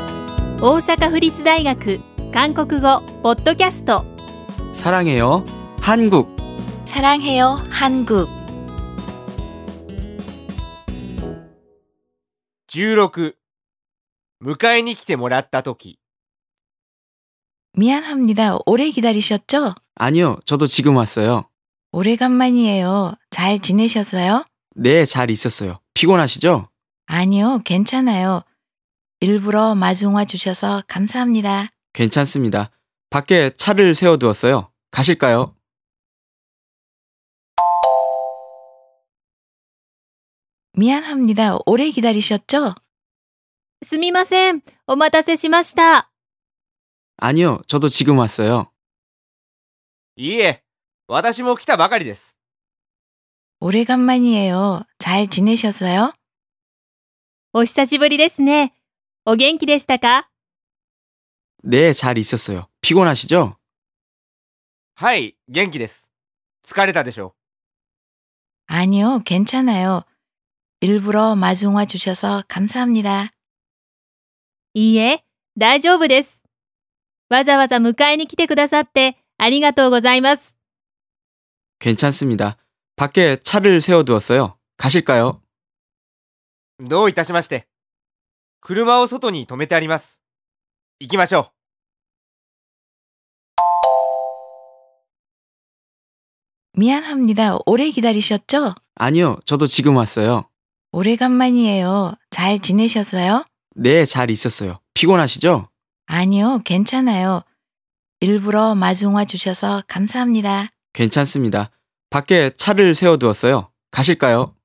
大阪府立大学韓国語ポッドキャスト 사랑해요. 한국. 사랑해요 한국 16迎えに来てもらった時 미안합니다 오래 기다리셨죠? 아니요, 저도 지금 왔어요. 오래간만이에요 잘 지내셨어요? 네, 잘 있었어요. 피곤하시죠? 아니요 괜찮아요 일부러 마중와 주셔서 감사합니다 괜찮습니다. 밖에 차를 세워두었어요. 가실까요? 미안합니다 오래 기다리셨죠? すみませんお待たせしました 아니요, 저도 지금 왔어요. いいえ私も来たばかりです 오래간만이에요 잘 지내셨어요? お久しぶりですねお元気でしたか 네, 잘 있었어요. 피곤하시죠? はい元気です疲れたでしょ 아니요 괜찮아요 일부러 마중와 주셔서 감사합니다 いいえ大丈夫ですわざわざ迎えに来てくださってありがとうございます 괜찮습니다. 밖에 차를 세워두었어요. 가실까요? うどういたしまして車を外に止めてあります行きましょう 미안합니다 오래 기다리셨죠? 아니요, 저도 지금 왔어요. 오래간만이에요 잘 지내셨어요? 네, 잘 있었어요. 피곤하시죠? 아니요, 괜찮아요. 일부러 마중와 주셔서 감사합니다. 괜찮습니다. 밖에 차를 세워두었어요. 가실까요?